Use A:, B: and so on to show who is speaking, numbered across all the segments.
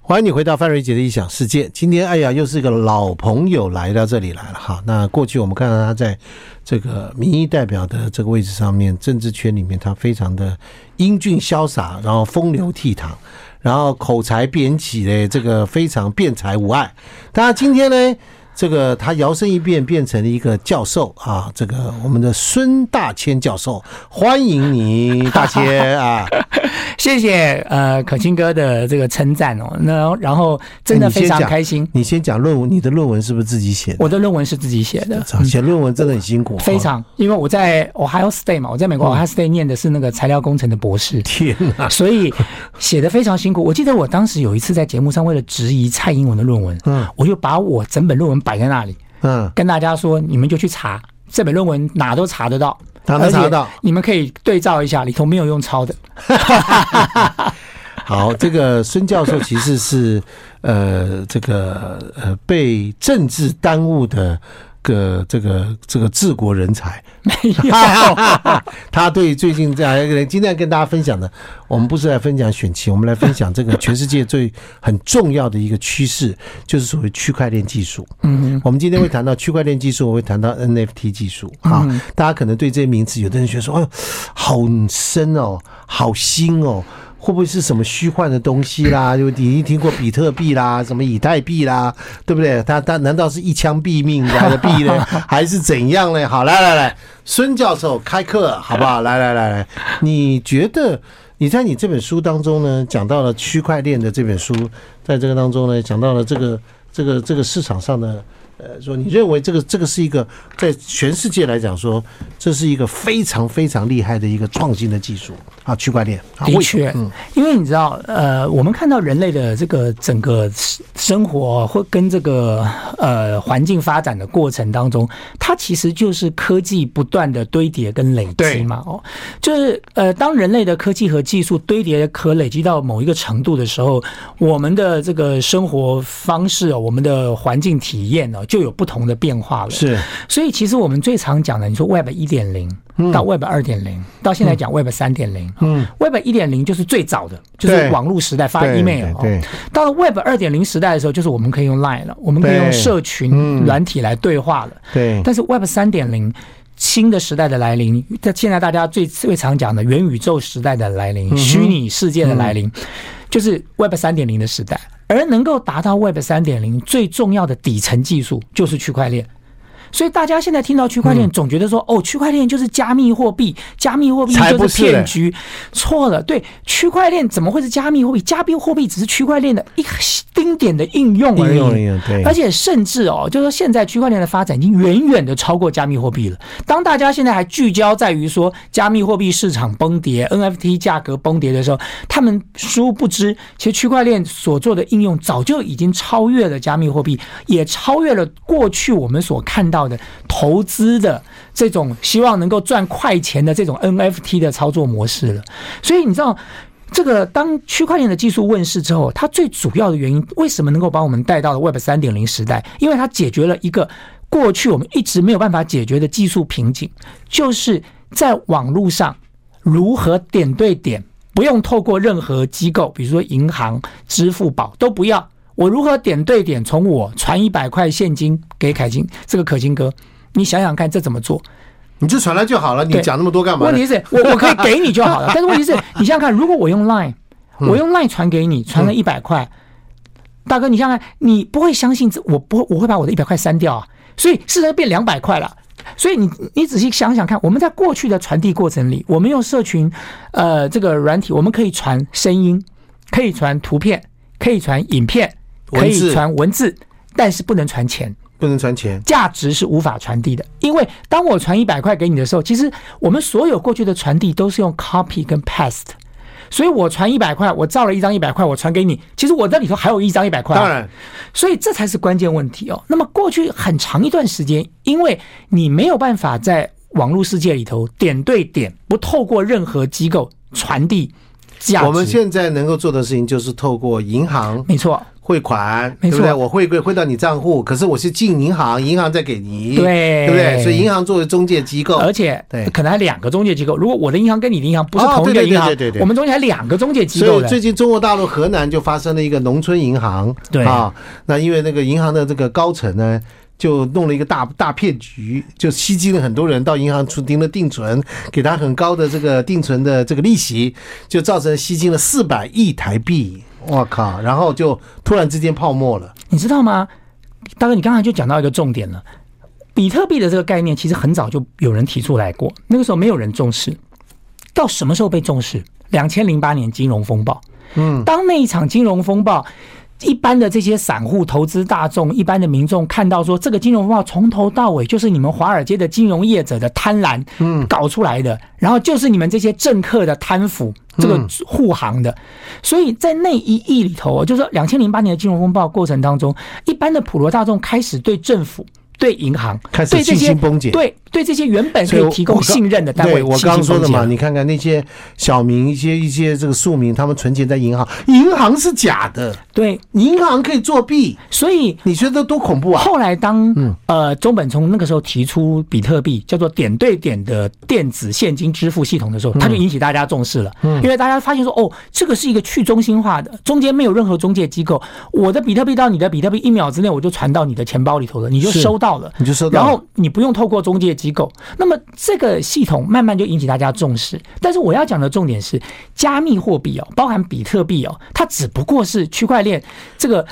A: 欢迎你回到范瑞杰的异想世界。今天，哎呀，又是一个老朋友来到这里来了哈。那过去我们看到他在这个民意代表的这个位置上面，政治圈里面，他非常的英俊潇洒，然后风流倜傥，然后口才辩起嘞，这个非常辩才无碍。但他今天呢，这个他摇身一变变成了一个教授啊，这个我们的孙大千教授，欢迎你，大千啊！
B: 谢谢呃可清哥的这个称赞哦，那然后真的非常开心。
A: 哎你先讲论文，你的论文是不是自己写的？
B: 我的论文是自己写的，
A: 操写论文真的很辛苦，啊
B: 非。常，因为我在 Ohio State 嘛，我在美
A: 嗯
B: 国 Ohio State 念的是那个材料工程的 博士，
A: 天哪、
B: 所以写的非常辛苦。我记得我当时有一次在节目上为了质疑蔡英文的论文，
A: 嗯
B: 我就把我整本论文摆在那里，
A: 嗯，
B: 跟大家说，你们就去查这本论文，哪都查得到，
A: 哪都查得到，
B: 你们可以对照一下，里头没有用抄的。
A: 好，这个孙教授其实是呃，这个呃被政治耽误的个这个这个治国人才。
B: 没有
A: 他对最近这样，今天跟大家分享的，我们不是来分享选情，我们来分享这个全世界最很重要的一个趋势，就是所谓区块链技术。
B: 嗯，
A: 我们今天会谈到区块链技术，我会谈到 NFT 技术啊。
B: 嗯
A: 大家可能对这些名词，有的人觉得说，哎呦，好深哦，好新哦，会不会是什么虚幻的东西啦？ 就你已经听过比特币啦，什么以太币啦，对不对？它它难道是一枪毙命来的币呢，还是怎样呢？好，来来来，孙教授开课好不 好？来来来来，你觉得？你在你这本书当中呢，讲到了区块链的这本书，在这个当中呢，讲到了这个这个这个市场上的，呃，说你认为这个这个是一个在全世界来讲说，这是一个非常非常厉害的一个创新的技术啊，区块链啊，
B: 的
A: 为什么
B: 确，因为你知道，呃，我们看到人类的这个整个生生活或跟这个呃环境发展的过程当中，它其实就是科技不断的堆叠跟累积嘛。哦，就是呃，当人类的科技和技术堆叠可累积到某一个程度的时候，我们的这个生活方式、哦，我们的环境体验呢、哦，就有不同的变化了。
A: 是
B: 所以其实我们最常讲的，你说 Web 一点零到 Web 二点零，到现在讲 Web 三点零，哦
A: 嗯
B: ，Web 一点零就是最早的，就是
A: 对
B: 网络时代发
A: 对
B: email，哦
A: 对对
B: 到了 Web 二点零时代的时候，就是我们可以用 Line 了，我们可以用
A: 对嗯
B: 社群软体来对话了。
A: 对
B: 但是 Web 三点零新的时代的来临，在现在大家最最常讲的元宇宙时代的来
A: 嗯
B: 临、虚拟世界的来临，就是 Web 三点零的时代。而能够达到 Web 三点零最重要的底层技术就是区块链。所以大家现在听到区块
A: 嗯
B: 链，总觉得说、哦，区块链就是加密货币，加密货币
A: 才不
B: 就是是骗局，错了。对，区块链怎么会是加密货币？加密货币只是区块链的一丁点的应用而
A: 应
B: 已。
A: 用应用对
B: 而且甚至哦，就是说现在区块链的发展已经远远的超过加密货币了。当大家现在还聚焦在于说加密货币市场崩跌、NFT 价格崩跌的时候，他们殊不知，其实区块链所做的应用早就已经超越了加密货币，也超越了过去我们所看到的投资的这种希望能够赚快钱的这种 NFT 的操作模式了。所以你知道。这个当区块链的技术问世之后，它最主要的原因为什么能够把我们带到了 Web 三点零时代？因为它解决了一个过去我们一直没有办法解决的技术瓶颈，就是在网络上如何点对点，不用透过任何机构，比如说银行、支付宝都不要，我如何点对点从我传一百块现金给凯金这个可金哥，你想想看这怎么做？
A: 你就传来就好了，你
B: 对
A: 讲那么多干嘛
B: 问
A: 呢
B: 题？是我我可以给你就好了，但是问题是，你想想看，如果我用 Line，我
A: 嗯
B: 用 Line 传给你，传了一百块，大哥，你想想看，你不会相信这，我不我会把我的一百块删掉啊，所以事实上变两百块了。所以你你仔细想想看，我们在过去的传递过程里，我们用社群，呃，这个软体，我们可以传声音，可以传图片，可以传影片，可
A: 文字
B: 以传文字，但是不能传钱。
A: 不能传钱，
B: 价值是无法传递的，因为当我传一百块给你的时候，其实我们所有过去的传递都是用 copy 跟 paste，所以我传一百块，我造了一张一百块，我传给你，其实我那里头还有一张一百块啊，
A: 当然
B: 所以这才是关键问题哦。那么过去很长一段时间，因为你没有办法在网络世界里头点对点，不透过任何机构传递价值，
A: 我们现在能够做的事情就是透过银行
B: 没错，
A: 汇款，
B: 没
A: 对
B: 错
A: 不对？我汇归汇到你账户，可是我是进银行，银行再给你，
B: 对
A: 对不对？所以银行作为中介机构，
B: 而且
A: 哦对
B: 可能还两个中介机构。如果我的银行跟你的银行不是
A: 哦
B: 同一个
A: 对对
B: 银行
A: 对对对，对
B: 我们中间还两个中介机
A: 所
B: 构
A: 以
B: 的。
A: 最近中国大陆河南就发生了一个农村银行，
B: 对
A: 啊，那因为那个银行的这个高层呢。就弄了一个大大骗局，就吸金了很多人到银行存定了定存，给他很高的这个定存的这个利息，就造成吸金了四百亿台币，我靠！然后就突然之间泡沫了，
B: 你知道吗？大哥，你刚才就讲到一个重点了。比特币的这个概念其实很早就有人提出来过，那个时候没有人重视。到什么时候被重视？两千零八年金融风暴。
A: 嗯，
B: 当那一场金融风暴，一般的这些散户、投资大众、一般的民众看到说，这个金融风暴从头到尾就是你们华尔街的金融业者的贪婪，嗯，搞出来的，然后就是你们这些政客的贪腐，这
A: 嗯
B: 个护航的，所以在那一役里头哦，就是两千零八年的金融风暴过程当中，一般的普罗大众开始对政府。对银行
A: 开始
B: 对这些
A: 信心崩解
B: 对对这些原本可
A: 所以
B: 以
A: 我
B: 提供
A: 我刚
B: 信任的单位，
A: 对我刚刚说的嘛，
B: 信心崩解，
A: 你看看那些小民、一些一些这个庶民，他们存钱在银行，银行是假的，
B: 对，
A: 银行可以作弊，
B: 所以
A: 你觉得多恐怖啊？
B: 后来当呃中本聪那个时候提出比特币叫做点对点的电子现金支付系统的时候，
A: 嗯
B: 他就引起大家重视了，因为大家发现说哦，这个是一个去中心化的，中间没有任何中介机构，我的比特币到你的比特币一秒之内我就传到你的钱包里头了，你就是收到了，
A: 你就收到
B: 然
A: 了
B: 后你不用透过中介机构，那么这个系统慢慢就引起大家重视。但是我要讲的重点是，加密货币哦，包含比特币哦，它只不过是区块链这个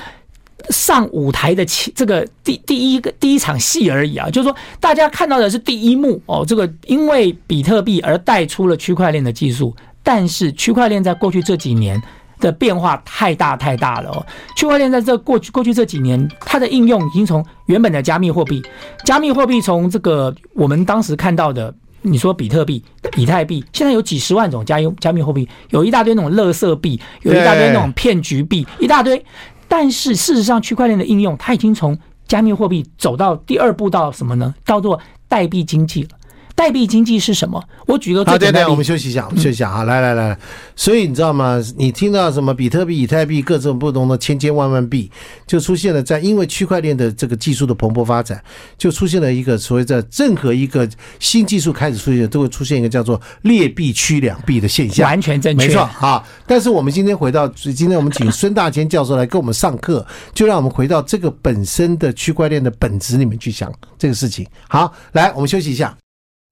B: 上舞台的起这个第第一个第一场戏而已啊，就是说大家看到的是第一幕哦，这个因为比特币而带出了区块链的技术，但是区块链在过去这几年。的变化太大太大了哦！区块链在这过去过去这几年，它的应用已经从原本的加密货币，加密货币从这个我们当时看到的，你说比特币、以太币，现在有几十万种加用加密货币，有一大堆那种垃圾币，有一大堆那种
A: 对
B: 骗局币一大堆。但是事实上，区块链的应用它已经从加密货币走到第二步到什么呢？叫做代币经济了。代币经济是什么？我举个
A: 好，
B: 最
A: 对
B: 简
A: 对，
B: 单
A: 我
B: 的
A: 们
B: 例子，
A: 休息一下，我们休息一下啊！来来来，来所以你知道吗？你听到什么比特币、以太币各种不同的千千万万币，就出现了在因为区块链的这个技术的蓬勃发展，就出现了一个所谓在任何一个新技术开始出现，都会出现一个叫做劣币驱良币的现象。
B: 完全正确，
A: 没错啊。但是我们今天回到，今天我们请孙大千教授来跟我们上课， 就让我们回到这个本身的区块链的本质里面去想这个事情。好，来，我们休息一下。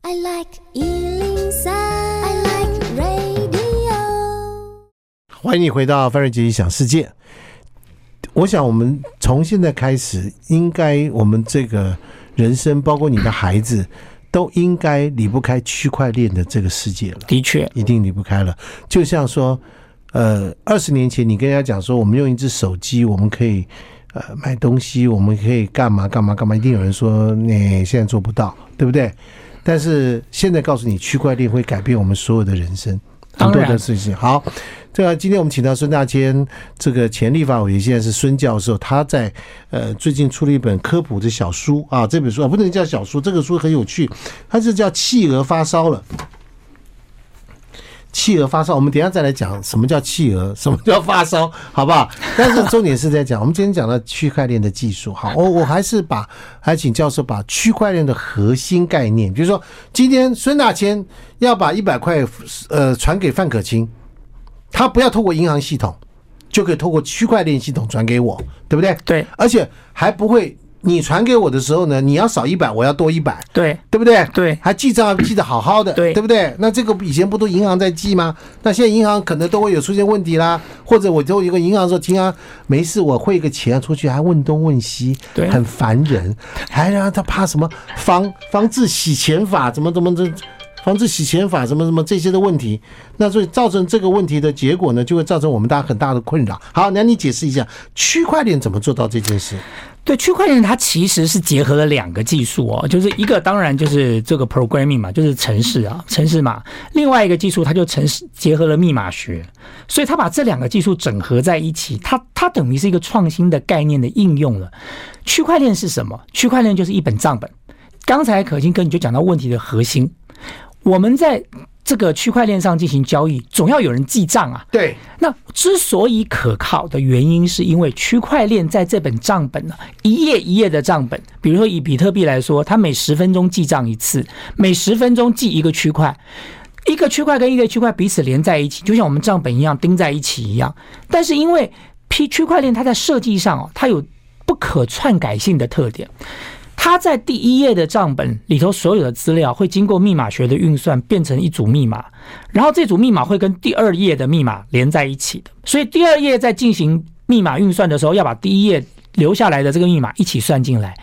C: I like Ealing Sound. I like radio.
A: 欢迎你回到范瑞杰理想世界。我想，我们从现在开始，应该我们这个人生，包括你的孩子，都应该离不开区块链的这个世界了，
B: 的确，
A: 一定离不开了。就像说，呃，二十年前你跟人家讲说，我们用一只手机，我们可以呃买东西，我们可以干嘛干嘛干嘛，一定有人说你、现在做不到，对不对？但是现在告诉你，区块链会改变我们所有的人生。很
B: 当
A: 多
B: 然
A: 的事情。好，这个今天我们请到孙大千，这个前立法委员，现在是孙教授，他在呃最近出了一本科普的小书啊，这本书啊不能叫小书，这个书很有趣，它是叫《企鹅发烧了》。企鹅发烧，我们等一下再来讲什么叫企鹅，什么叫发烧，好不好？但是重点是在讲，我们今天讲到区块链的技术，好，我我还是把还请教授把区块链的核心概念，比如说今天孙大千要把一百块呃传给范可清，他不要透过银行系统，就可以透过区块链系统传给我，对不对？
B: 对
A: 而且还不会，你传给我的时候呢，你要少一百，我要多一百，
B: 对
A: 对不对？
B: 对
A: 还记账记得好好的，
B: 对
A: 对不对？那这个以前不都银行在记吗？那现在银行可能都会有出现问题啦，或者我都有一个银行说，听啊，没事，我汇个钱出去，还问东问西，
B: 对
A: 很烦人，还让他怕什么防防治洗钱法，怎么怎么这。防治洗钱法什么什么这些的问题，那所以造成这个问题的结果呢，就会造成我们大家很大的困扰。好，那你解释一下区块链怎么做到这件事？
B: 对，区块链它其实是结合了两个技术哦，就是一个当然就是这个 programming 嘛，就是程式啊，程式嘛；另外一个技术它就程式结合了密码学，所以它把这两个技术整合在一起，它它等于是一个创新的概念的应用了。区块链是什么？区块链就是一本账本。刚才可心哥你就讲到问题的核心，我们在这个区块链上进行交易，总要有人记账啊。
A: 对，
B: 那之所以可靠的原因，是因为区块链在这本账本呢，一页一页的账本，比如说以比特币来说，它每十分钟记账一次，每十分钟记一个区块。一个区块跟一个区块彼此连在一起，就像我们账本一样钉在一起一样。但是因为 P 区块链它在设计上哦，它有不可篡改性的特点。它在第一页的账本里头所有的资料会经过密码学的运算变成一组密码，然后这组密码会跟第二页的密码连在一起的。所以第二页在进行密码运算的时候，要把第一页留下来的这个密码一起算进来。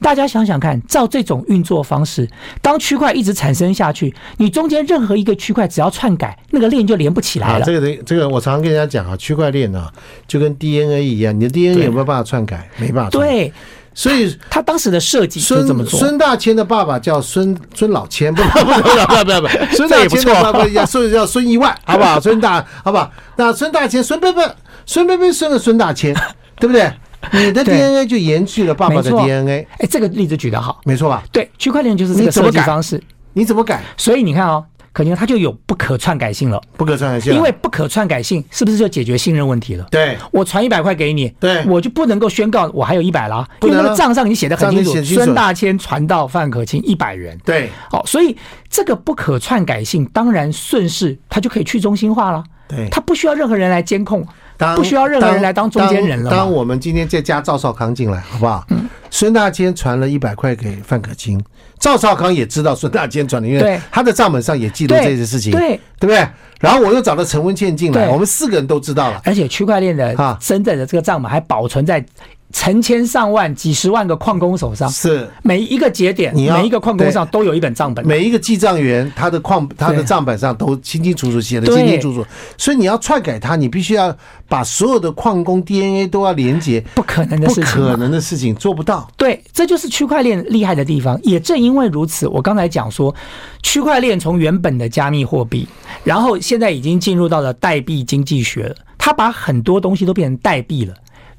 B: 大家想想看，照这种运作方式，当区块一直产生下去，你中间任何一个区块只要篡改，那个链就连不起来
A: 啊，
B: 了
A: 这。个人这个我常跟人家讲啊，区块链啊就跟 DNA 一样，你的 DNA 有没有办法篡改？没办法。，
B: 对
A: 所以
B: 他当时的设计是这么
A: 孙
B: 做。
A: 孙大千的爸爸叫孙孙老千，不 不不不不不，孙大千的爸爸叫孙叫孙一 万，好不好？孙大好不好？那孙大千、孙贝贝、孙贝贝生了孙大 千，对不对？你的
B: 对
A: DNA 就延续了爸爸的
B: 没错
A: DNA，
B: 哎，这个例子举得好。
A: 没错吧？
B: 对，区块链就是这
A: 你
B: 个
A: 怎么
B: 设计
A: 改
B: 方式。
A: 你怎么改？
B: 所以你看哦，可见它就有不可篡改性了。
A: 不可篡改性啊，
B: 因为不可篡改性，是不是就解决信任问题了？
A: 对
B: 我传一百块给你，
A: 对
B: 我就不能够宣告我还有一百啦，
A: 不
B: 因为
A: 能啊
B: 那个账上已经写的很
A: 账
B: 清
A: 已经
B: 楚，
A: 写清楚了
B: 孙大千传到范可清一百元。
A: 对
B: 好，所以这个不可篡改性，当然顺势它就可以去中心化了。
A: 对
B: 它不需要任何人来监控，
A: 当
B: 不需要任何人来当中间人了嘛嗯
A: 当当我们今天再加赵少康进来，好不好？孙大千传了一百块给范可清，赵少康也知道孙大千传的，因为
B: 对
A: 他的账本上也记录
B: 对
A: 这件事情，
B: 对
A: 对不对？然后我又找了陈文茜进来，
B: 对
A: 我们四个人都知道了。
B: 而且区块链的
A: 啊
B: 真正的这个账本还保存在成千上万、几十万个矿工手上，
A: 是
B: 每一个节点、
A: 你要
B: 每一个矿工
A: 对
B: 上都有一本账本。
A: 每一个记账员，他的矿他的
B: 对
A: 账本上都清清楚楚写的
B: 对
A: 清清楚楚，所以你要篡改它，你必须要把所有的矿工 DNA 都要连接，
B: 不可能的
A: 不
B: 事情嘛，
A: 可能的事情做不到。
B: 对，这就是区块链厉害的地方。也正因为如此，我刚才讲说，区块链从原本的加密货币，然后现在已经进入到了代币经济学了，它把很多东西都变成代币了。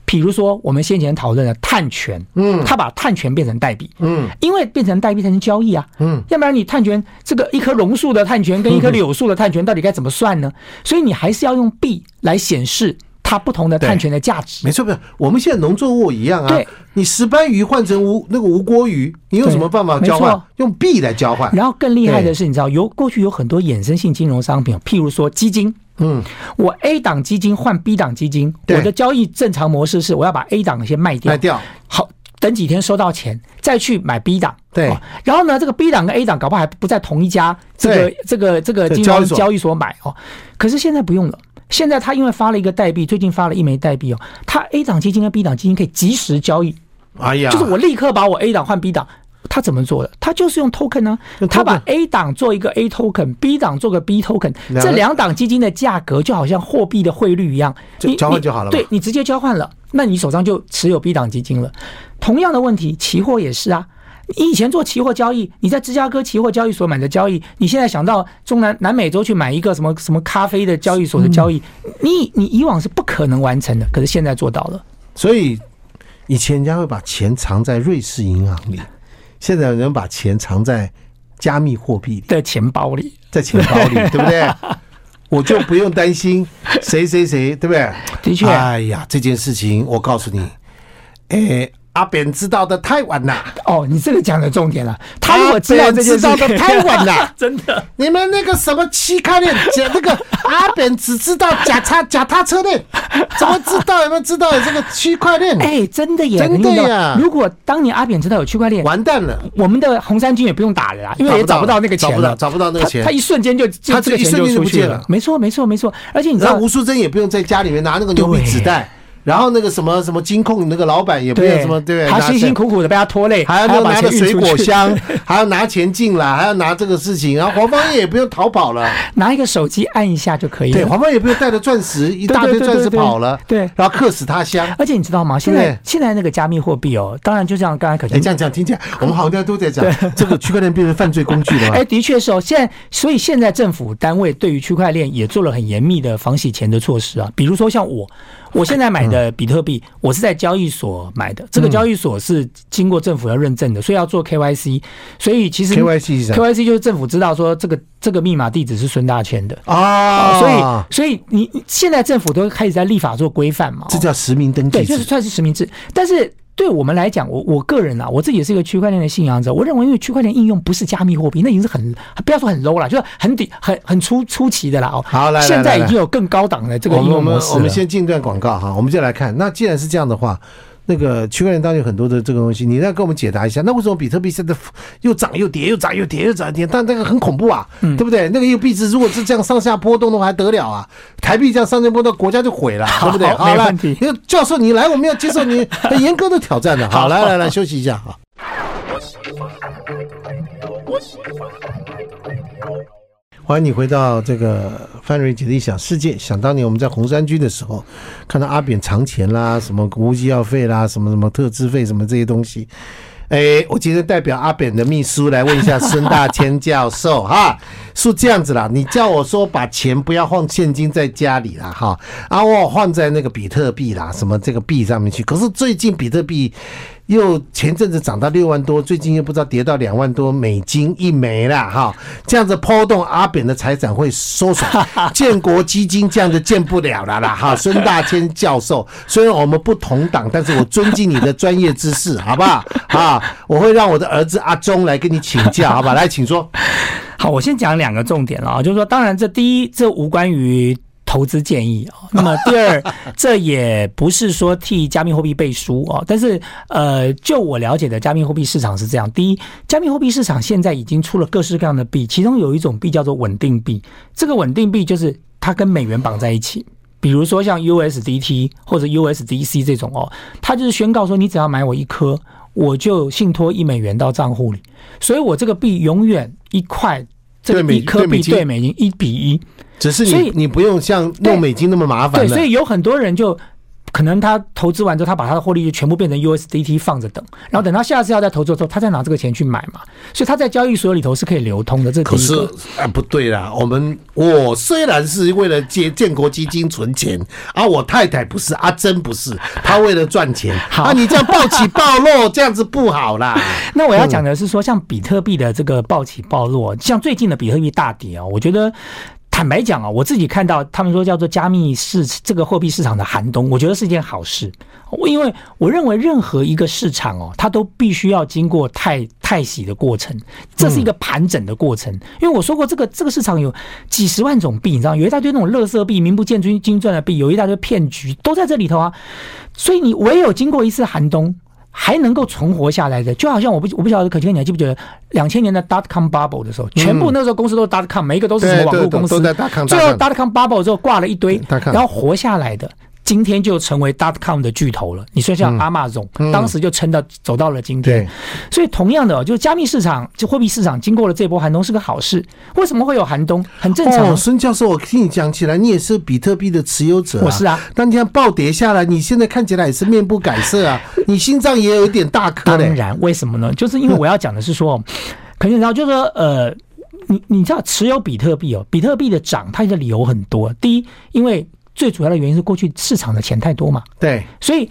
B: 比如说，我们先前讨论的碳权，嗯，它把碳权变成代币，嗯，因为变成代币才能交易啊，嗯，要不然你碳权这个一棵榕树的碳权跟一棵柳树的碳权到底该怎么算呢？所以你还是要用币来显示它不同的碳权的价值，
A: 没错，没错，我们现在农作物也一样啊
B: 对。
A: 你石斑鱼换成无那个无锅鱼，你用什么办法
B: 对
A: 交
B: 没
A: 换
B: 错？
A: 用币来交换。
B: 然后更厉害的是，你知道，有过去有很多衍生性金融商品，譬如说基金。
A: 嗯，
B: 我 A 档基金换 B 档基金，
A: 对
B: 我的交易正常模式是我要把 A 档先卖掉，
A: 卖掉
B: 好，等几天收到钱再去买 B 档。
A: 对
B: 哦然后呢，这个 B 档跟 A 档搞不好还不在同一家这个
A: 对
B: 这个这个
A: 这
B: 金
A: 交易
B: 融
A: 所
B: 交易所买哦。可是现在不用了。现在他因为发了一个代币，最近发了一枚代币哦，他 A 档基金跟 B 档基金可以及时交易，
A: 哎呀，
B: 就是我立刻把我 A 档换 B 档。他怎么做的？他就是用 token 呢、
A: 用 token
B: 他把 A 档做一个 A token，B 档做个 B token，
A: 两个
B: 这两档基金的价格就好像货币的汇率一样，
A: 就
B: 你
A: 交换
B: 你
A: 就好了嘛
B: 对你直接交换了，那你手上就持有 B 档基金了。同样的问题，期货也是啊。你以前做期货交易，你在芝加哥期货交易所买的交易，你现在想到中南南美洲去买一个什么什么咖啡的交易所的交易，
A: 嗯
B: 你你以往是不可能完成的，可是现在做到了。
A: 所以以前人家会把钱藏在瑞士银行里，现在有人把钱藏在加密货币里，
B: 的钱包里，
A: 在钱包 里，对不对？我就不用担心谁谁谁，对不对？
B: 的确
A: 哎呀，这件事情我告诉你，哎，阿扁知道的太晚了。
B: 哦，你这个讲的重点了。他如果知道这件事
A: 阿啊扁知道
B: 情，
A: 的太晚了
B: 真 的。
A: 你们那个什么期刊链，假那个 阿扁只知道假叉假踏车链，怎么知道有没有知道有这个区块链？
B: 哎、真的耶，
A: 真的
B: 你懂吗
A: 呀
B: 如果当年阿扁知道有区块链，
A: 完蛋了，
B: 我们的红三军也不用打了啦，因为也
A: 找
B: 找
A: 不
B: 不
A: 到
B: 到那个钱
A: 找不到
B: 了，
A: 找不到那个钱
B: 他他一瞬间就就
A: 他
B: 这个
A: 一
B: 钱
A: 瞬
B: 就
A: 间就
B: 出
A: 不
B: 去
A: 见
B: 了
A: 了。
B: 没错，没错，没错。而且你知
A: 然
B: 道
A: 后吴，淑珍也不用在家里面拿那个牛皮纸袋，然后那个什么什么金控那个老板也不用什么对不对？
B: 他
A: 拿
B: 辛辛
A: 钱
B: 苦苦的被他拖累，
A: 还要
B: 要把
A: 拿着
B: 钱运
A: 水
B: 出
A: 果
B: 去，
A: 箱，还要拿钱进来，还要拿这个事情，然后黄芳叶也不用逃跑了。
B: 拿一个手机按一下就可以
A: 对，
B: 了。
A: 黄芳也不用带着钻石，一大堆
B: 对对对
A: 钻石
B: 对对
A: 跑了，
B: 对
A: 然后客死他乡。
B: 而且你知道吗？现在
A: 对
B: 现在那个加密货币哦，当然就像刚才可
A: 哎，
B: 心
A: 这样讲听起来，我们好像都在讲这个区块链变成犯罪工具了嘛
B: 哎，的确是哦。现在，所以现在政府单位对于区块链也做了很严密的防洗钱的措施啊。比如说像我，我现在买
A: 嗯
B: 的比特币，我是在交易所买的，这个交易所是经过政府要认证的，所以要做 KYC，所以其实
A: KYC 是啥
B: KYC 就是政府知道说这个这个密码地址是孙大千的。
A: 啊，
B: 所以，所以你你现在政府都开始在立法做规范嘛？哦
A: 这叫实名登记
B: 对，就
A: 制
B: 是算是实名制。但是对我们来讲，我我个人啊，我自己也是一个区块链的信仰者。我认为，因为区块链应用不是加密货币，那已经是很不要说很 low 了，就是很底很很出出奇的啦。哦，
A: 好来来
B: 现在
A: 来来
B: 已经有更高档的这个
A: 我
B: 应
A: 们我
B: 用
A: 们
B: 模式
A: 我
B: 了
A: 们。先进一段广告哈，我们就来看。那既然是这样的话，那个区块链当然有很多的这个东西，你再给我们解答一下，那为什么比特币现在又涨又跌，又涨又跌，又涨又跌？但那个很恐怖啊，
B: 嗯
A: 对不对？那个一个币值如果是这样上下波动的话，还得了啊？台币这样上下波动，国家就毁了，对不对？
B: 好
A: 好
B: 没
A: 来
B: 问题
A: 那教授你来，我们要接受 你很严格的挑战的。好，来来来，休息一下哈。欢迎你回到这个范瑞杰的异想世界。想当年我们在红山区的时候，看到阿扁藏钱啦，什么无机药费啦，什么什么特支费，什么这些东西。哎，我今天代表阿扁的秘书来问一下孙大千教授 哈，是这样子啦，你叫我说把钱不要放现金在家里啦哈，啊，我放在那个比特币啦，什么这个币上面去。可是最近比特币又前阵子涨到六万多，最近又不知道跌到两万多美金一枚啦哈，这样子波动，阿扁的财产会缩 水，建国基金这样子建不了了啦哈。孙大千教授，虽然我们不同党，但是我尊敬你的专业知识，好不好？啊，我会让我的儿子阿忠来跟你请教，好吧？来，请说。
B: 好，我先讲两个重点了啊，就是说，当然这第一，这无关于。投资建议啊，那么第二，这也不是说替加密货币背书啊，但是呃，就我了解的，加密货币市场是这样：第一，加密货币市场现在已经出了各式各样的币，其中有一种币叫做稳定币，这个稳定币就是它跟美元绑在一起，比如说像 USDT 或者 USDC 这种哦，它就是宣告说，你只要买我一颗，我就信托一美元到账户里，所以我这个币永远一块，这
A: 对
B: 个
A: 美
B: 一颗
A: 对美
B: 币
A: 金
B: 对美金一比一，
A: 只是
B: 所
A: 你
B: 以
A: 你不用像弄美金那么麻烦
B: 对，
A: 了
B: 所。以有很多人就。可能他投资完之后，他把他的获利就全部变成 USDT 放着等，然后等到下次要再投资的时候，他再拿这个钱去买嘛，所以他在交易所里头是可以流通的。这
A: 可
B: 第一
A: 是
B: 个
A: 啊，不对啦，我们我虽然是为了建建国基金存钱， 啊，我太太不是，阿珍不是，她为了赚钱。
B: 好
A: 啊，你这样暴起暴落，这样子不好啦。
B: 那我要讲的是说，像比特币的这个暴起暴落，像最近的比特币大跌啊、我觉得。坦白讲啊，我自己看到他们说叫做加密市这个货币市场的寒冬，我觉得是一件好事。我因为我认为任何一个市场哦，它都必须要经过太太洗的过程，这是一个盘整的过程。因为我说过，这个这个市场有几十万种币，你知道，有一大堆那种垃圾币、名不见经经传的币，有一大堆骗局都在这里头啊。所以你唯有经过一次寒冬，还能够存活下来的，就好像我不我不晓得可清你还记不记得两千年的 dot com bubble 的时候，全部那时候公司都是 dot com，每一个都是什
A: 对嗯
B: 么网
A: 对
B: 络
A: 对，
B: 公
A: 都
B: 司，
A: 在大康大
B: 最后
A: 康
B: dot com bubble 之后挂了一堆，
A: dot com
B: 然后活下来的。今天就成为 dot com 的巨头了。你说像 Amazon，、当时就撑到走到了今天
A: 嗯对。
B: 所以同样的哦，就是加密市场，就货币市场经过了这波寒冬是个好事。为什么会有寒冬？很 正常啊。
A: 哦，孙教授，我听你讲起来，你也是比特币的持有者、
B: 我是啊。
A: 那你看暴跌下来，你现在看起来也是面不改色啊， 你心脏也有一点大颗
B: 当
A: 嘞。
B: 然，为什么呢？就是因为我要讲的是说，可能你知道，就是说，呃，你你知道持有比特币哦，比特币的涨，它的理由很多。第一，因为最主要的原因是过去市场的钱太多嘛，
A: 对，
B: 所以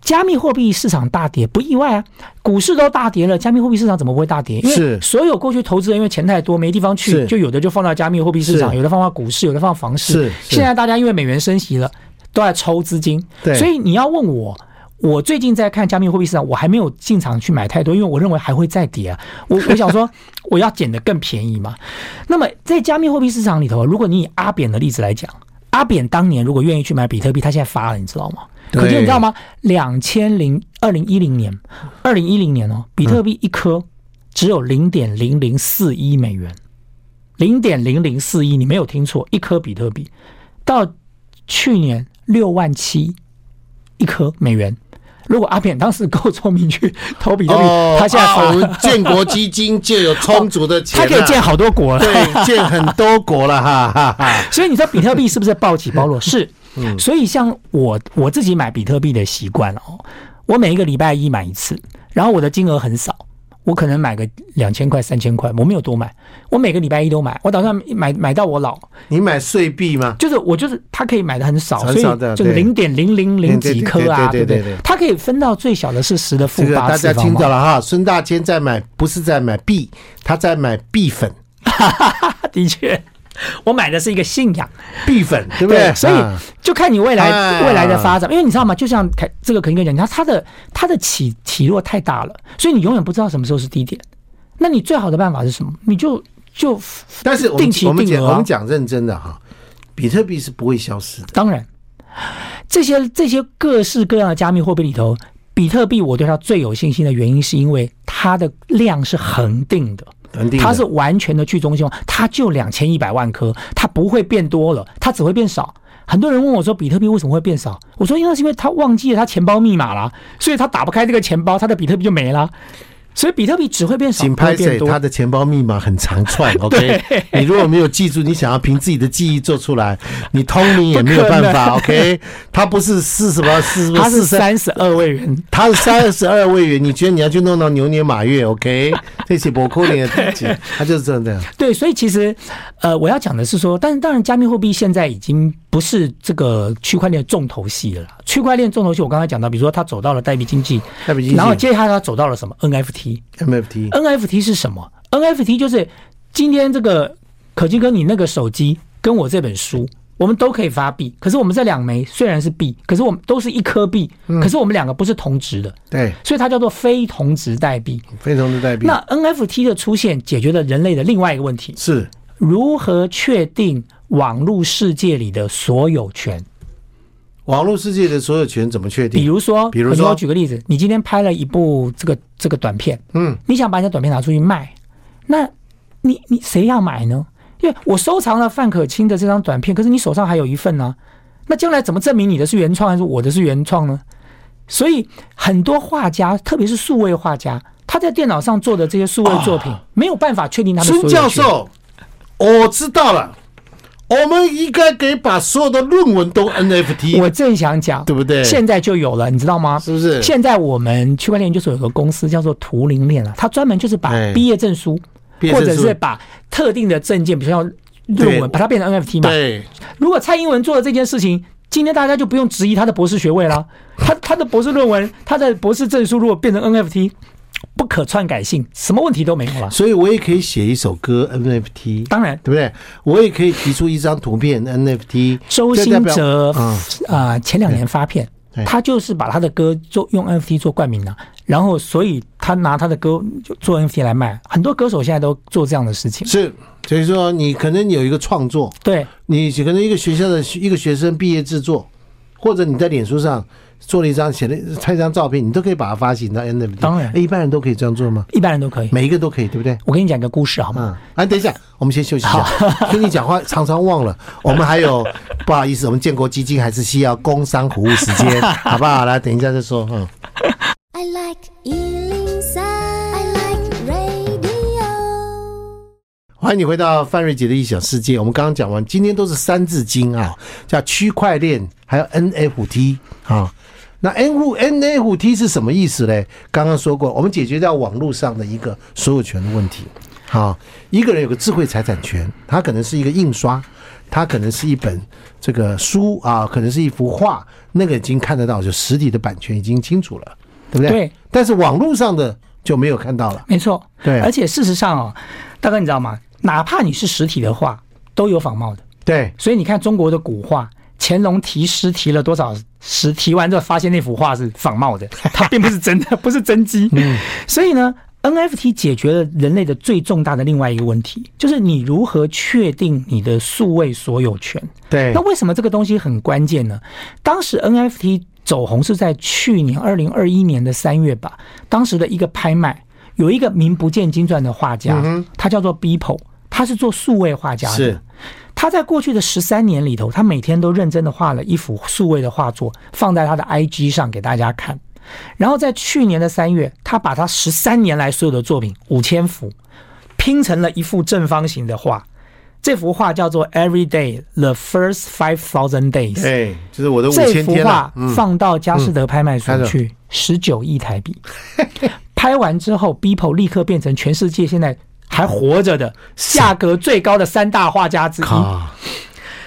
B: 加密货币市场大跌不意外啊，股市都大跌了，加密货币市场怎么不会大跌？因
A: 是
B: 为所有过去投资人因为钱太多没地方
A: 是
B: 去，就有的就放到加密货币市场，
A: 是
B: 有的放到股市，有的放房
A: 是
B: 市。
A: 是
B: 现在大家因为美元升息了，都在抽资金
A: 对，
B: 所以你要问我。我最近在看加密货币市场，我还没有进场去买太多，因为我认为还会再跌啊。我我想说，我要捡的更便宜嘛。那么在加密货币市场里头，如果你以阿扁的例子来讲，阿扁当年如果愿意去买比特币，他现在发了，你知道吗？
A: 对
B: 可是你知道吗？两千零二零一零年，二零一零年哦，比特币一颗只有零点零零四一美元，零点零零四一，你没有听错，一颗比特币到去年六万七一颗美元。如果阿扁当时够聪明去投比特币，
A: 哦，
B: 他现在
A: 啊
B: 发哦
A: 我们建国基金就有充足的钱、啊，
B: 他可以建好多国了。
A: 对，建很多国了，哈哈哈。
B: 所以你知道比特币是不是暴起暴 落？是，
A: 嗯
B: 所以像我我自己啊买比特币的习惯哦，我每一个礼拜一买一次，然后我的金额很少，我可能买个两千块、三千块，我没有多买，我每个礼拜一都买，我打算买买到我老，
A: 你买碎币吗？
B: 就是我就是它可以买的很少，
A: 很
B: 所
A: 少
B: 以
A: 的
B: 就是
A: 对
B: 零点零零零几颗啊，
A: 对对对对
B: 对不
A: 对
B: 对？它可以分到最小的是十的负
A: 这个
B: 八
A: 大
B: 次
A: 家
B: 方
A: 听到
B: 嘛，
A: 了哈，孙大千在买，不是在买币，他在买币粉，
B: 它 的确。 我买的是一个信仰，
A: 币粉对不对？
B: 所以
A: 啊
B: 就看你未来、
A: 啊
B: 未来的发展，因为你知道吗？就像凯这个肯哥讲，他他的他的起起落太大了，所以你永远不知道什么时候是低点。那你最好的办法是什么？你就就
A: 但是我们
B: 定期
A: 我们
B: 定
A: 讲
B: 额啊
A: 我们讲认真的哈，比特币是不会消失的。
B: 当然，这些这些各式各样的加密货币里头，比特币我对它最有信心的原因，是因为它的量是恒定的。
A: 恒定的
B: 它是完全的去中心化，它就两千一百万颗，它不会变多了，它只会变少。很多人问我说，比特币为什么会变少？我说，因为是因为他忘记了他钱包密码啦，所以他打不开这个钱包，他的比特币就没啦。所以比特币只会变少，
A: 请
B: 不会
A: 拍
B: 变
A: 谁？
B: 多。
A: 他的钱包密码很长 串，OK？你如果没有记住，你想要凭自己的记忆做出来，你通灵也没有办法，OK？他 不是四什么四，
B: 它是
A: 四
B: 三十二位元，
A: 他是三十二位元，你觉得你要去弄到牛年马月，OK？这 些博扣脸的自己，他就是这样的。
B: 对，所以其实，呃，我要讲的是说，但是当然，加密货币现在已经不是这个区块链重头戏了啦。区块链重头戏，我刚才讲到，比如说它走到了代币经济，
A: 代币经济
B: 然后接下来它走到了什么 NFT。
A: MFT
B: NFT 是什么？NFT 就是今天这个可金哥你那个手机跟我这本书，我们都可以发币，可是我们这两枚虽然是币，可是我们都是一颗币，可是我们两个不是同值的，
A: 对，
B: 所以它叫做非同值代币。
A: 非常的代币
B: 那 NFT 的出现解决了人类的另外一个问题，
A: 是
B: 如何确定网络世界里的所有权？
A: 网络世界的所有权怎么确
B: 比
A: 定？
B: 如说，
A: 比如说
B: 我举个例子，你今天拍了一部这个这个短片，
A: 嗯，
B: 你想把你的短片拿出去卖，那你你谁要买呢？因为我收藏了范可清的这张短片，可是你手上还有一份呢、那将来怎么证明你的是原创还是我的是原创呢？所以很多画家，特别是数位画家，他在电脑上做的这些数位作品，没有办法确定他的所
A: 啊
B: 有
A: 孙
B: 权。
A: 教授，我知道了，我们应该给把所有的论文都 NFT，
B: 我正想讲，
A: 对不对
B: 现在就有了，你知道吗？
A: 是不是
B: 现在我们区块链研究所有个公司叫做图灵链啊，它专门就是把
A: 哎
B: 毕业证书，
A: 毕业
B: 或
A: 证书
B: 者是把特定的证件，比如像论
A: 对
B: 文，把它变成 NFT 嘛。
A: 对，
B: 如果蔡英文做了这件事情，今天大家就不用质疑他的博士学位啦。 他他的博士论文，他的博士证书如果变成 NFT，不可篡改性，什么问题都没有了。
A: 所以我也可以写一首歌 NFT，
B: 当然
A: 对，不对？我也可以提出一张图片 NFT，
B: 周
A: 这代
B: 兴
A: 表
B: 哲啊
A: 嗯、
B: 呃前两年发片
A: 对，
B: 他就是把他的歌做用 NFT 做冠名的、然后所以他拿他的歌就做 NFT 来卖，很多歌手现在都做这样的事情。
A: 是，所以说你可能有一个创作，
B: 对，
A: 你可能一个学校的一个学生毕业制作，或者你在脸书上做了一张写了拍一张照片，你都可以把它发行到 NFT。
B: 当然
A: 哎一般人都可以这样做吗？
B: 一般人都可以。
A: 每一个都可以，对不对？
B: 我跟你讲一个故事好吗？
A: 嗯，哎，等一下，我们先休息一下。跟你讲话常常忘了，我们还有不好意思，我们建国基金还是需要工商服务时 间，好不好？来，等一下再说。嗯，
C: I like Ealing Sound. I like radio.
A: 欢迎你回到范瑞杰的异想世界。我们刚刚讲完，今天都是三字经啊，叫区块链，还有 NFT 啊。那 N 户 NFT 是什么意思嘞？刚刚说过，我们解决掉网络上的一个所有权的问题。啊，一个人有个智慧财产权，它可能是一个印刷，它可能是一本这个书啊，可能是一幅画，那个已经看得到，就实体的版权已经清楚了，对不对？
B: 对。
A: 但是网络上的就没有看到了。
B: 没错，
A: 对
B: 而且事实上哦，大哥你知道吗？哪怕你是实体的画，都有仿冒的。
A: 对，
B: 所以你看中国的古画，乾隆题诗题了多少诗，题完之后发现那幅画是仿冒的，它并不是真的， 不是真迹。所以呢，NFT 解决了人类的最重大的另外一个问题，就是你如何确定你的数位所有权。
A: 对
B: 那为什么这个东西很关键呢？当时 NFT 走红是在去年二零二一年的三月吧，当时的一个拍卖，有一个名不见经传的画家，他叫做 Beeple，他是做数位画家
A: 嗯
B: 的。
A: 是
B: 他在过去的十三年里头，他每天都认真的画了一幅数位的画作，放在他的 IG 上给大家看。然后在去年的三月，他把他十三年来所有的作品五千幅拼成了一幅正方形的画。这幅画叫做《Every Day: The First Five Thousand Days》。
A: 哎，就是我的
B: 这幅画放到佳士得拍卖所
A: 嗯
B: 去，十九亿台币。拍完之后，Beeple 立刻变成全世界现在还活着的价格最高的三大画家之一。
A: 啊，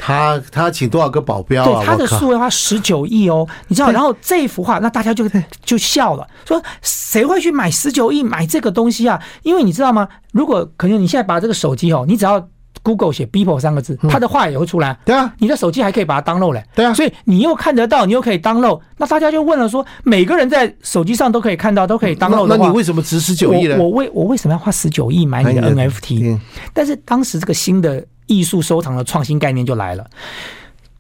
A: 他他请多少个保镖啊？
B: 对，他的
A: 我靠
B: 数位画十九亿哦，你知道？
A: 对
B: 然后这幅画，那大家就就笑了，说谁会去买十九亿买这个东西啊？因为你知道吗？如果可能，你现在把这个手机哦，你只要 Google 写 Beeple 三个字，他的画也会出来。
A: 对啊，
B: 你的手机还可以把它 download 嘞，
A: 嗯对啊
B: 所以你又看得到，你又可以 download，那大家就问了说，每个人在手机上都可以看到，都可以
A: 那
B: download 的
A: 那
B: 话，
A: 你为什么值十九亿呢
B: 我？我为我为什么要花十九亿买你的
A: 买你的
B: NFT？
A: 嗯
B: 但是当时这个新的艺术收藏的创新概念就来了，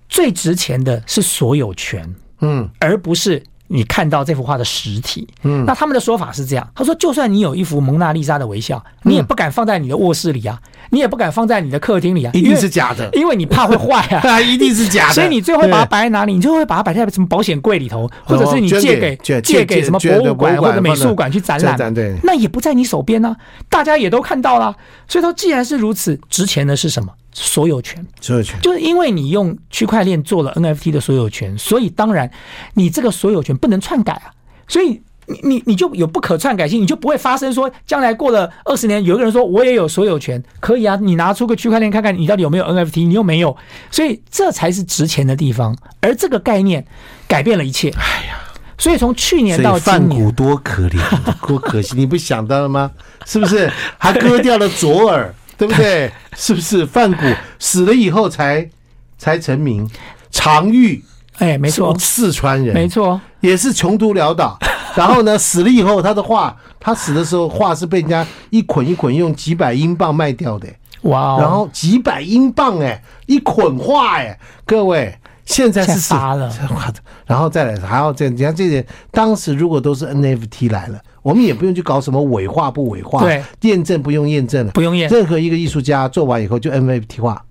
B: 最值钱的是所有权，
A: 嗯，
B: 而不是。你看到这幅画的实体，嗯，那他们的说法是这样，他说，就算你有一幅蒙娜丽莎的微笑，
A: 嗯
B: 你也不敢放在你的卧室里啊，你也不敢放在你的客厅里啊，
A: 一
B: 因
A: 定
B: 为
A: 是假的，
B: 因为你怕会坏啊，
A: 啊，一定是假的。
B: 所以你最后把它
A: 对
B: 摆在哪里？你就会把它摆在什么保险柜里头，或者是你
A: 捐
B: 借
A: 给
B: 给
A: 捐
B: 借
A: 借
B: 给什么
A: 捐
B: 博
A: 给
B: 物馆
A: 博物馆
B: 或者美
A: 或者
B: 术馆去展览
A: 展览对，
B: 那也不在你手边呢，大家也都看到了。所以说，既然是如此，值钱的是什么？所有权，
A: 所有权。
B: 就是因为你用区块链做了 NFT 的所有权，所以当然你这个所有权不能篡改啊，所以。你你你就有不可篡改性，你就不会发生说将来过了二十年，有一个人说我也有所有权，可以啊，你拿出个区块链看看你到底有没有 NFT，你又没有，所以这才是值钱的地方。而这个概念改变了一切。哎呀，所以从去年
A: 所
B: 到
A: 以
B: 今
A: 范
B: 年，
A: 谷多可怜， 多可惜，你不想到了吗？是不是？还割掉了左耳，对不对？是不是？范谷死了以后才才成名，常玉
B: 哎，没错，
A: 四川人，
B: 没错，
A: 也是穷途潦 倒。然后呢，死了以后，他的画，他死的时候画是被人家一捆一捆用几百英镑卖掉的，
B: 哇哦，
A: 然后几百英镑哎，一捆画哎，各位。现在是
B: 现在发了
A: 是哇然后再来还要这，你看这些，当时如果都是 NFT 来了，我们也不用去搞什么伪画不伪画，
B: 对，
A: 验证不用验证了，
B: 不用验
A: 任何一个艺术家做完以后就 NFT 化，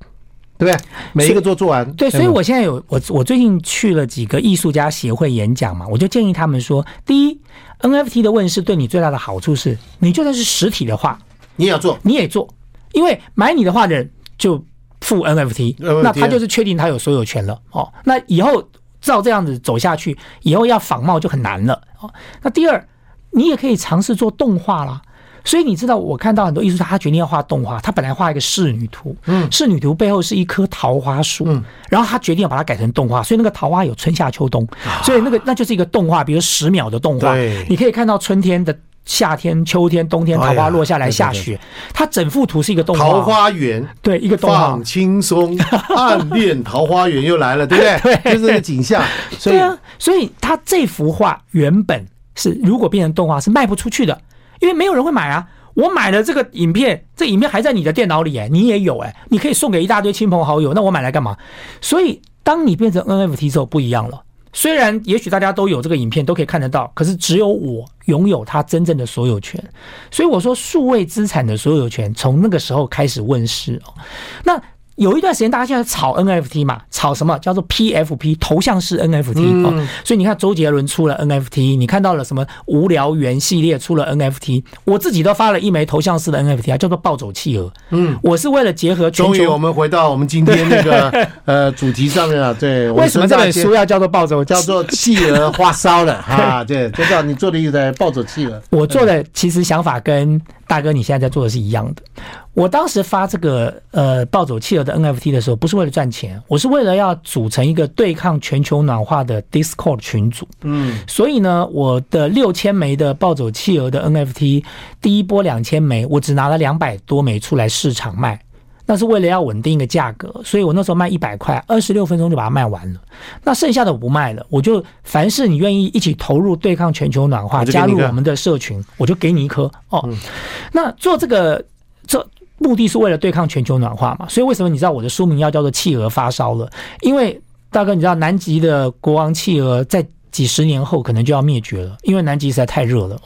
A: 对不对？每一个做做完，
B: 对，所以
A: NFT
B: 我现在有我我最近去了几个艺术家协会演讲嘛，我就建议他们说，第一，NFT 的问世对你最大的好处是，你就算是实体的话，
A: 你也要做，
B: 你也做，因为买你的话的人就付 NFT，
A: NFT
B: 那他就是确定他有所有权了哦。那以后照这样子走下去，以后要仿冒就很难了哦。那第二，你也可以尝试做动画啦。所以你知道，我看到很多艺术家，他决定要画动画。他本来画一个仕女图，嗯，仕女图背后是一棵桃花树，嗯，然后他决定要把它改成动画，所以那个桃花有春夏秋冬，所以那个那就是一个动画，比如十秒的动画
A: 啊对，
B: 你可以看到春天的、夏天、秋天、冬天，桃
A: 哎呀
B: 花落下来
A: 对对
B: 下
A: 对
B: 雪。它整幅图是一个动画，
A: 桃花源，
B: 对一个动画
A: 放，轻松，暗恋桃花源又来了，对不 对？就是这个景象，所以
B: 对啊，所以它这幅画原本是如果变成动画是卖不出去的，因为没有人会买啊。我买了这个影片，这影片还在你的电脑里哎，你也有哎，你可以送给一大堆亲朋好友，那我买来干嘛？所以当你变成 NFT 之后不一样了。虽然也许大家都有这个影片，都可以看得到，可是只有我拥有它真正的所有权。所以我说，数位资产的所有权从那个时候开始问世哦。那有一段时间，大家现在炒 NFT 嘛，炒什么叫做 PFP 头像式 NFT、哦。
A: 嗯
B: 所以你看周杰伦出了 NFT，你看到了什么无聊猿系列出了 NFT，我自己都发了一枚头像式的 NFT 啊，叫做暴走企鹅。嗯，我是为了结合全
A: 终于我
B: 球。
A: 们回到我们今天那个呃主题上面了。对，
B: 为什么这本书
A: 我们孙大
B: 要叫做暴走？
A: 姐叫做《企鹅花烧》了 哈？对，就叫你做的一个抱走企鹅，
B: 我做的其实想法跟大哥你现在在做的是一样的。我当时发这个呃暴走企鹅的 NFT 的时候，不是为了赚钱，我是为了要组成一个对抗全球暖化的 Discord 群组。
A: 嗯，
B: 所以呢，我的六千枚的暴走企鹅的 NFT，第一波两千枚，我只拿了两百多枚出来市场卖。那是为了要稳定一个价格，所以我那时候卖一百块，二十六分钟就把它卖完了。那剩下的我不卖了，我就凡是你愿意一起投入对抗全球暖化，
A: 我就给
B: 加
A: 你一
B: 入
A: 个嗯
B: 我们的社群，我就给你一颗哦。那做这个这目的是为了对抗全球暖化嘛？所以为什么你知道我的书名要叫做《企鹅发烧了》？因为大哥，你知道南极的国王企鹅在几十年后可能就要灭绝了，因为南极实在太热了。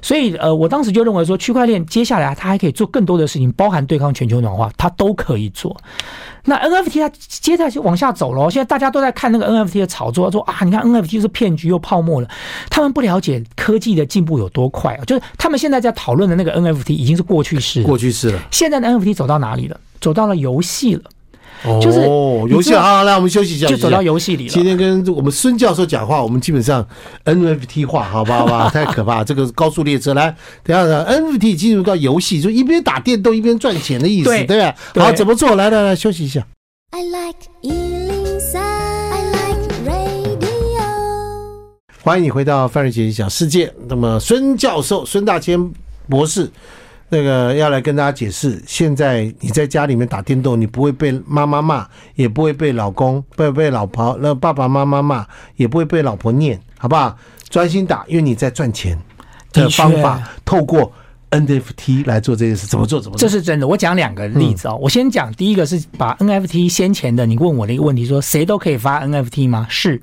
B: 所以呃，我当时就认为说，区块链接下来它还可以做更多的事情，包含对抗全球暖化，它都可以做。那 NFT 它接着就往下走了哦，现在大家都在看那个 NFT 的炒作，说啊，你看 NFT 是骗局又泡沫了。他们不了解科技的进步有多快啊，就是他们现在在讨论的那个 NFT 已经是过去式了，
A: 过去式了，
B: 现在的 NFT 走到哪里了？走到了游戏了。就是
A: 哦，
B: 你
A: 游戏
B: 知道
A: 好好，来我们休息一下，
B: 就
A: 休息一
B: 走
A: 下
B: 到游戏里
A: 今
B: 了。
A: 天跟我们孙教授讲话，我们基本上 NFT 化，好吧，好 吧，太可怕，这个高速列车来，等一下等一下 NFT 进入到游戏，就一边打电动一边赚钱的意思，
B: 对
A: 对吧？
B: 对
A: 好，怎么做？来来来，休息一下。
C: I like Ealing Sound. I like radio.
A: 欢迎你回到范瑞杰的小世界。那么，孙教授、孙大千博士，那个要来跟大家解释，现在你在家里面打电动，你不会被妈妈骂，也不会被老公、被被老婆、那爸爸妈妈骂，也不会被老婆念，好不好？专心打，因为你在赚钱的
B: 的确
A: 方法，透过 NFT 来做这件事，怎么做？怎么嗯
B: 这
A: 做？
B: 是真的，我讲两个例子哦。我先讲第一个是把 NFT 先前的，你问我的一个问题说，谁都可以发 NFT 吗？是，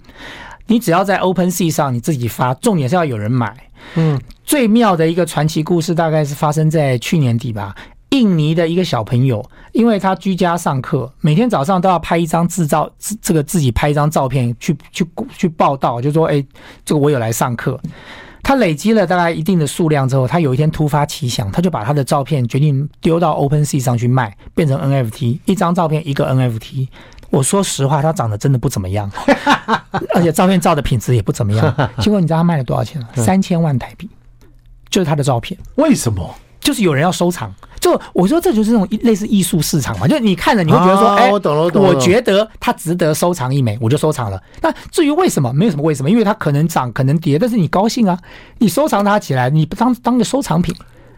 B: 你只要在 OpenSea 上你自己发，重点是要有人买。
A: 嗯，
B: 最妙的一个传奇故事，大概是发生在去年底吧。印尼的一个小朋友，因为他居家上课，每天早上都要拍一张自照，自这个自己拍一张照片去去去报道，就说：“哎、这个我有来上课。”他累积了大概一定的数量之后，他有一天突发奇想，他就把他的照片决定丢到 OpenSea 上去卖，变成 NFT，一张照片一个 NFT。我说实话，他长得真的不怎么样， 而且照片照的品质也不怎么样。结果你知道他卖了多少钱吗？三千万台币，就是他的照片。
A: 为什么？
B: 就是有人要收藏。就我说，这就是那种类似艺术市场嘛，就是你看了你会觉得说，
A: 啊
B: 哎、
A: 我懂了我懂了
B: 我觉得它值得收藏一枚，我就收藏了。那至于为什么，没有什么为什么，因为它可能涨，可能跌，但是你高兴啊，你收藏它起来，你当当个收藏品。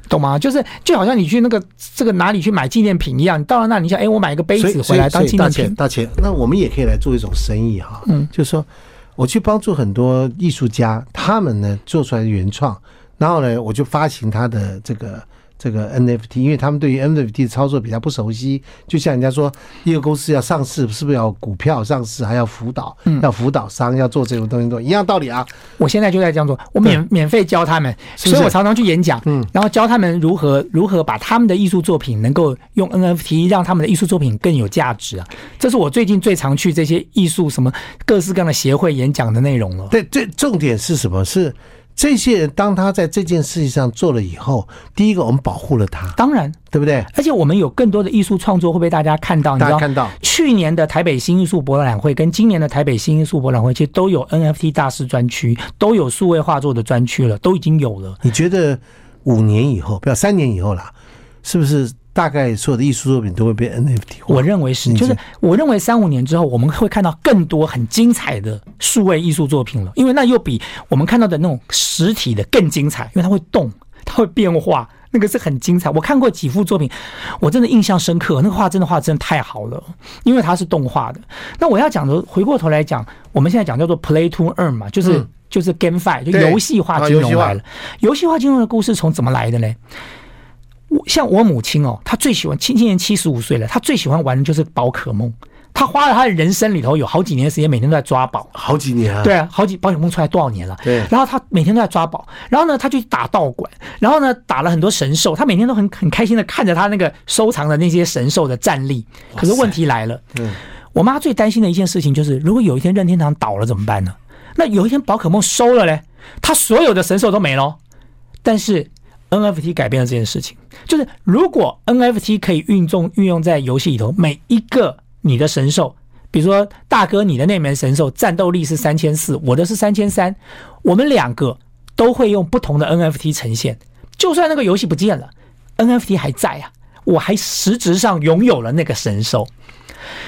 B: 懂吗？就是就好像你去那个这个哪里去买纪念品一样，你到了那里你想，哎、我买一个杯
A: 所以
B: 子回来
A: 所
B: 当
A: 以所
B: 纪
A: 以大
B: 念
A: 钱
B: 品，
A: 大钱，那我们也可以来做一种生意哈，嗯，就是说我去帮助很多艺术家，他们呢做出来的原创，然后呢我就发行他的这个。这个 NFT，因为他们对于 NFT 的操作比较不熟悉，就像人家说，一个公司要上市，是不是要股票上市，还要辅导，
B: 嗯
A: 要辅导商，要做这种东西，都一样道理啊。
B: 我现在就在这样做，我免免费教他们，
A: 是不是
B: 所以我常常去演讲，
A: 嗯
B: 然后教他们如何如何把他们的艺术作品能够用 NFT 让他们的艺术作品更有价值啊！这是我最近最常去这些艺术什么各式各样的协会演讲的内容了。
A: 对，最重点是什么？是这些人当他在这件事情上做了以后，第一个我们保护了他，
B: 当然，
A: 对不对？
B: 而且我们有更多的艺术创作会被大家看到，你
A: 大
B: 知
A: 家
B: 道。
A: 看到，
B: 去年的台北新艺术博览会跟今年的台北新艺术博览会，其实都有 NFT 大师专区，都有数位画作的专区了，都已经有了。
A: 你觉得五年以后，不要三年以后啦，是不是大概所有的艺术作品都会被 NFT 化？
B: 我认为是，
A: 你
B: 就是
A: 是
B: 我认为三五年之后，我们会看到更多很精彩的数位艺术作品了，因为那又比我们看到的那种实体的更精彩，因为它会动，它会变化，那个是很精彩。我看过几幅作品，我真的印象深刻，那个画真的画得真的太好了，因为它是动画的。那我要讲的，回过头来讲，我们现在讲叫做 play to earn 嘛，就是、
A: 嗯
B: 就是 GameFi，就
A: 对
B: 游戏化金融来了。游戏化金融的故事从怎么来的呢？我像我母亲哦，她最喜欢，今今年七十五岁了，她最喜欢玩的就是宝可梦。她花了她的人生里头有好几年的时间，每天都在抓宝。
A: 好几年啊，
B: 对啊，好几宝可梦出来多少年了？
A: 对
B: 然后他每天都在抓宝，然后呢，他去打道馆，然后呢，打了很多神兽，他每天都很很开心的看着他那个收藏的那些神兽的战力。可是问题来了，
A: 嗯
B: 我妈最担心的一件事情就是，如果有一天任天堂倒了怎么办呢？那有一天宝可梦收了嘞，他所有的神兽都没了。哦但是 NFT 改变了这件事情，就是如果 NFT 可以运用运用在游戏里头，每一个你的神兽，比如说大哥你的那门神兽战斗力是三千四，我的是三千三，我们两个都会用不同的 NFT 呈现，就算那个游戏不见了，NFT 还在啊，我还实质上拥有了那个神兽。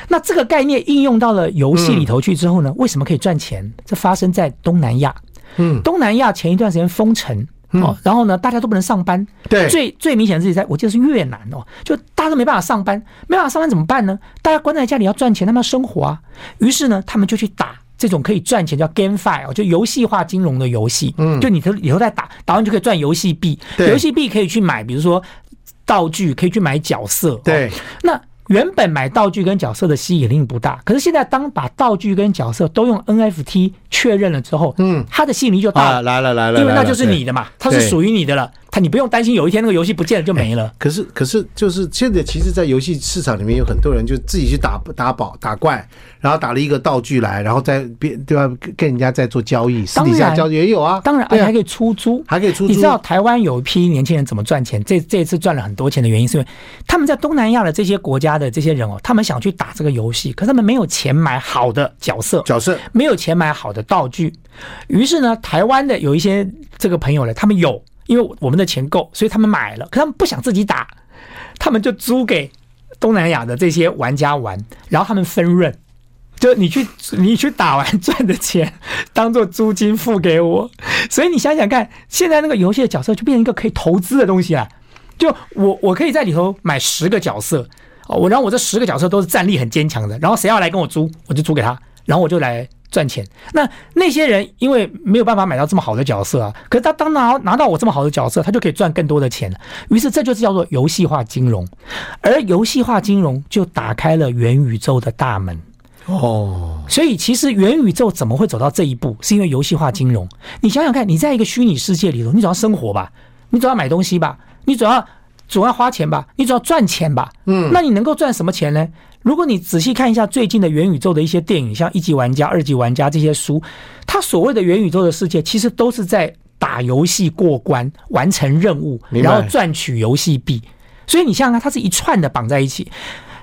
B: 那这个概念应用到了游戏里头去之后呢，为什么可以赚钱？这发生在东南亚。
A: 嗯，
B: 东南亚前一段时间封城。哦，然后呢，大家都不能上班。
A: 对
B: 最最明显的是在，我记得是越南哦，就大家都没办法上班，没办法上班怎么办呢？大家关在家里要赚钱，他们要生活啊。于是呢，他们就去打这种可以赚钱叫 GameFi 哦，就游戏化金融的游戏。嗯，就你头以后在打，打完就可以赚游戏币，
A: 对
B: 游戏币可以去买，比如说道具，可以去买角色。哦
A: 对，
B: 那原本买道具跟角色的吸引力不大，可是现在当把道具跟角色都用 NFT 确认了之后，
A: 嗯
B: 它的吸引力就大
A: 啊，
B: 了，
A: 来了来了，
B: 因为
A: 来
B: 那
A: 了
B: 就是你的嘛，它是
A: 对
B: 属于你的了。它你不用担心有一天那个游戏不见了就没了。
A: 可是，可是，就是现在，其实，在游戏市场里面，有很多人就自己去打打宝、打怪，然后打了一个道具来，然后再别对吧，跟跟人家在做交易，私
B: 当然
A: 底下交易也有啊，
B: 当然，而
A: 对
B: 且
A: 啊
B: 还可以出租。
A: 还可以出租，
B: 你知道台湾有一批年轻人怎么赚钱？这这一次赚了很多钱的原因，是因为他们在东南亚的这些国家的这些人哦，他们想去打这个游戏，可他们没有钱买好的角色，
A: 角色
B: 没有钱买好的道具。于是呢，台湾的有一些这个朋友呢，他们有，因为我们的钱够，所以他们买了，可他们不想自己打，他们就租给东南亚的这些玩家玩，然后他们分润。就你去你去打完赚的钱，当做租金付给我，所以你想想看，现在那个游戏的角色就变成一个可以投资的东西啊了。就我我可以在里头买十个角色，哦，我然后我这十个角色都是战力很坚强的，然后谁要来跟我租，我就租给他，然后我就来赚钱。那那些人因为没有办法买到这么好的角色啊，可是他当拿拿到我这么好的角色，他就可以赚更多的钱了。于是这就是叫做游戏化金融，而游戏化金融就打开了元宇宙的大门。
A: 哦，
B: 所以其实元宇宙怎么会走到这一步，是因为游戏化金融。你想想看，你在一个虚拟世界里头，你总要生活吧，你总要买东西吧，你总要总要花钱吧，你总要赚钱吧。嗯，那你能够赚什么钱呢？如果你仔细看一下最近的元宇宙的一些电影，像一级玩家、二级玩家这些书，它所谓的元宇宙的世界，其实都是在打游戏过关、完成任务，
A: 明白
B: 然后赚取游戏币。所以你想想看，它是一串的绑在一起。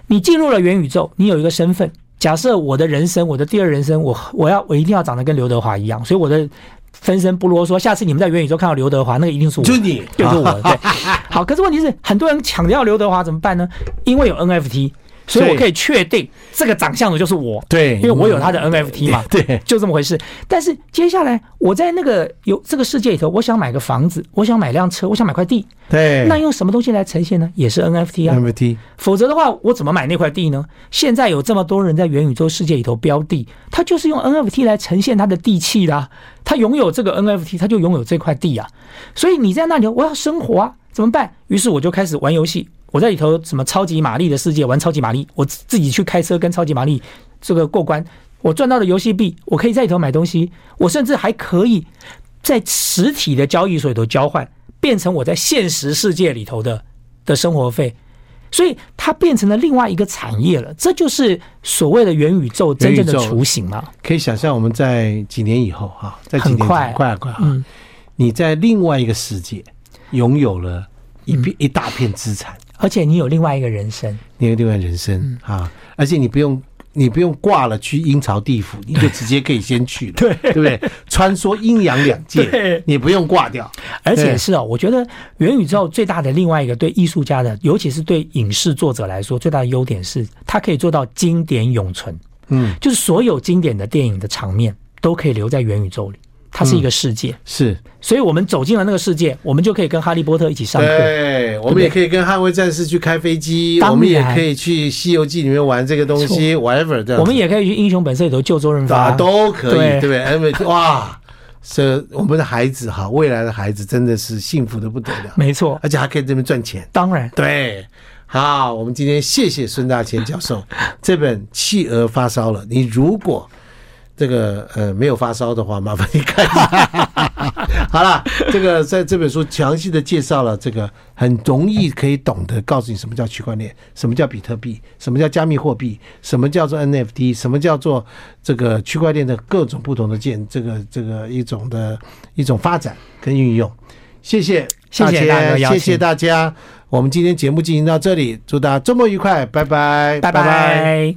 B: 你进入了元宇宙，你有一个身份。假设我的人生，我的第二人生，我我要我一定要长得跟刘德华一样，所以我的分身不啰嗦。下次你们在元宇宙看到刘德华，那个一定是我，
A: 就是你啊
B: 对，就是 我。对，好。可是问题是，很多人抢要刘德华怎么办呢？因为有 NFT，所以我
A: 对
B: 可以确定这个长相的就是我。
A: 对
B: 因为我有他的 NFT 嘛，
A: 对，
B: 就这么回事。但是接下来我在那个有这个世界里头，我想买个房子，我想买辆车，我想买块地，
A: 对，
B: 那用什么东西来呈现呢？也是 NFT 啊。
A: MT
B: 否则的话，我怎么买那块地呢？现在有这么多人在元宇宙世界里头标地，他就是用 NFT 来呈现他的地契啦、他拥有这个 NFT，他就拥有这块地啊。所以你在那里，我要生活啊，怎么办？于是我就开始玩游戏，我在里头什么超级玛丽的世界玩超级玛丽，我自自己去开车跟超级玛丽这个过关，我赚到的游戏币，我可以在里头买东西，我甚至还可以在实体的交易所里头交换，变成我在现实世界里头的的生活费。所以它变成了另外一个产业了，这就是所谓的元宇宙真正的
A: 元宇宙
B: 雏形嘛。
A: 可以想象我们在几年以后啊，在几年
B: 很快
A: 快啊快啊，
B: 嗯
A: 你在另外一个世界拥有了一
B: 嗯
A: 片一大片资产。
B: 而且你有另外一个人生，
A: 你有另外人生、
B: 嗯
A: 啊，而且你不用你不用挂了去阴曹地府，你就直接可以先 去了，对对不对？穿梭阴阳两界
B: 对，
A: 你不用挂掉，
B: 而且是哦，我觉得元宇宙最大的另外一个对艺术家的，尤其是对影视作者来说，最大的优点是它可以做到经典永存，
A: 嗯，
B: 就是所有经典的电影的场面都可以留在元宇宙里，它是
A: 嗯
B: 一个世界。
A: 是
B: 所以我们走进了那个世界，我们就可以跟哈利波特一起上课。
A: 对，我们也可以跟捍卫战士去开飞机，
B: 当然
A: 我们也可以去《西游记》里面玩这个东西，whatever 的，
B: 我们也可以去英雄本色里头救周润发，
A: 啊都可以，对
B: 对
A: 不对？因为哇，这我们的孩子哈，未来的孩子真的是幸福的不得了，
B: 没错，
A: 而且还可以这边赚钱。
B: 当然，
A: 对，好，我们今天谢谢孙大千教授这本《企鹅发烧了》，你如果这个呃没有发烧的话，麻烦你看一下。 好了，这个在这本书详细的介绍了这个很容易可以懂得告诉你什么叫区块链，什么叫比特币，什么叫加密货币，什么叫做 NFT，什么叫做这个区块链的各种不同的建这个这个一种的一种发展跟运用。谢谢
B: 谢
A: 大
B: 谢大家
A: 家，
B: 的邀
A: 谢
B: 请
A: 谢大家。我们今天节目进行到这里，祝大家周末愉快，拜拜，
B: 拜拜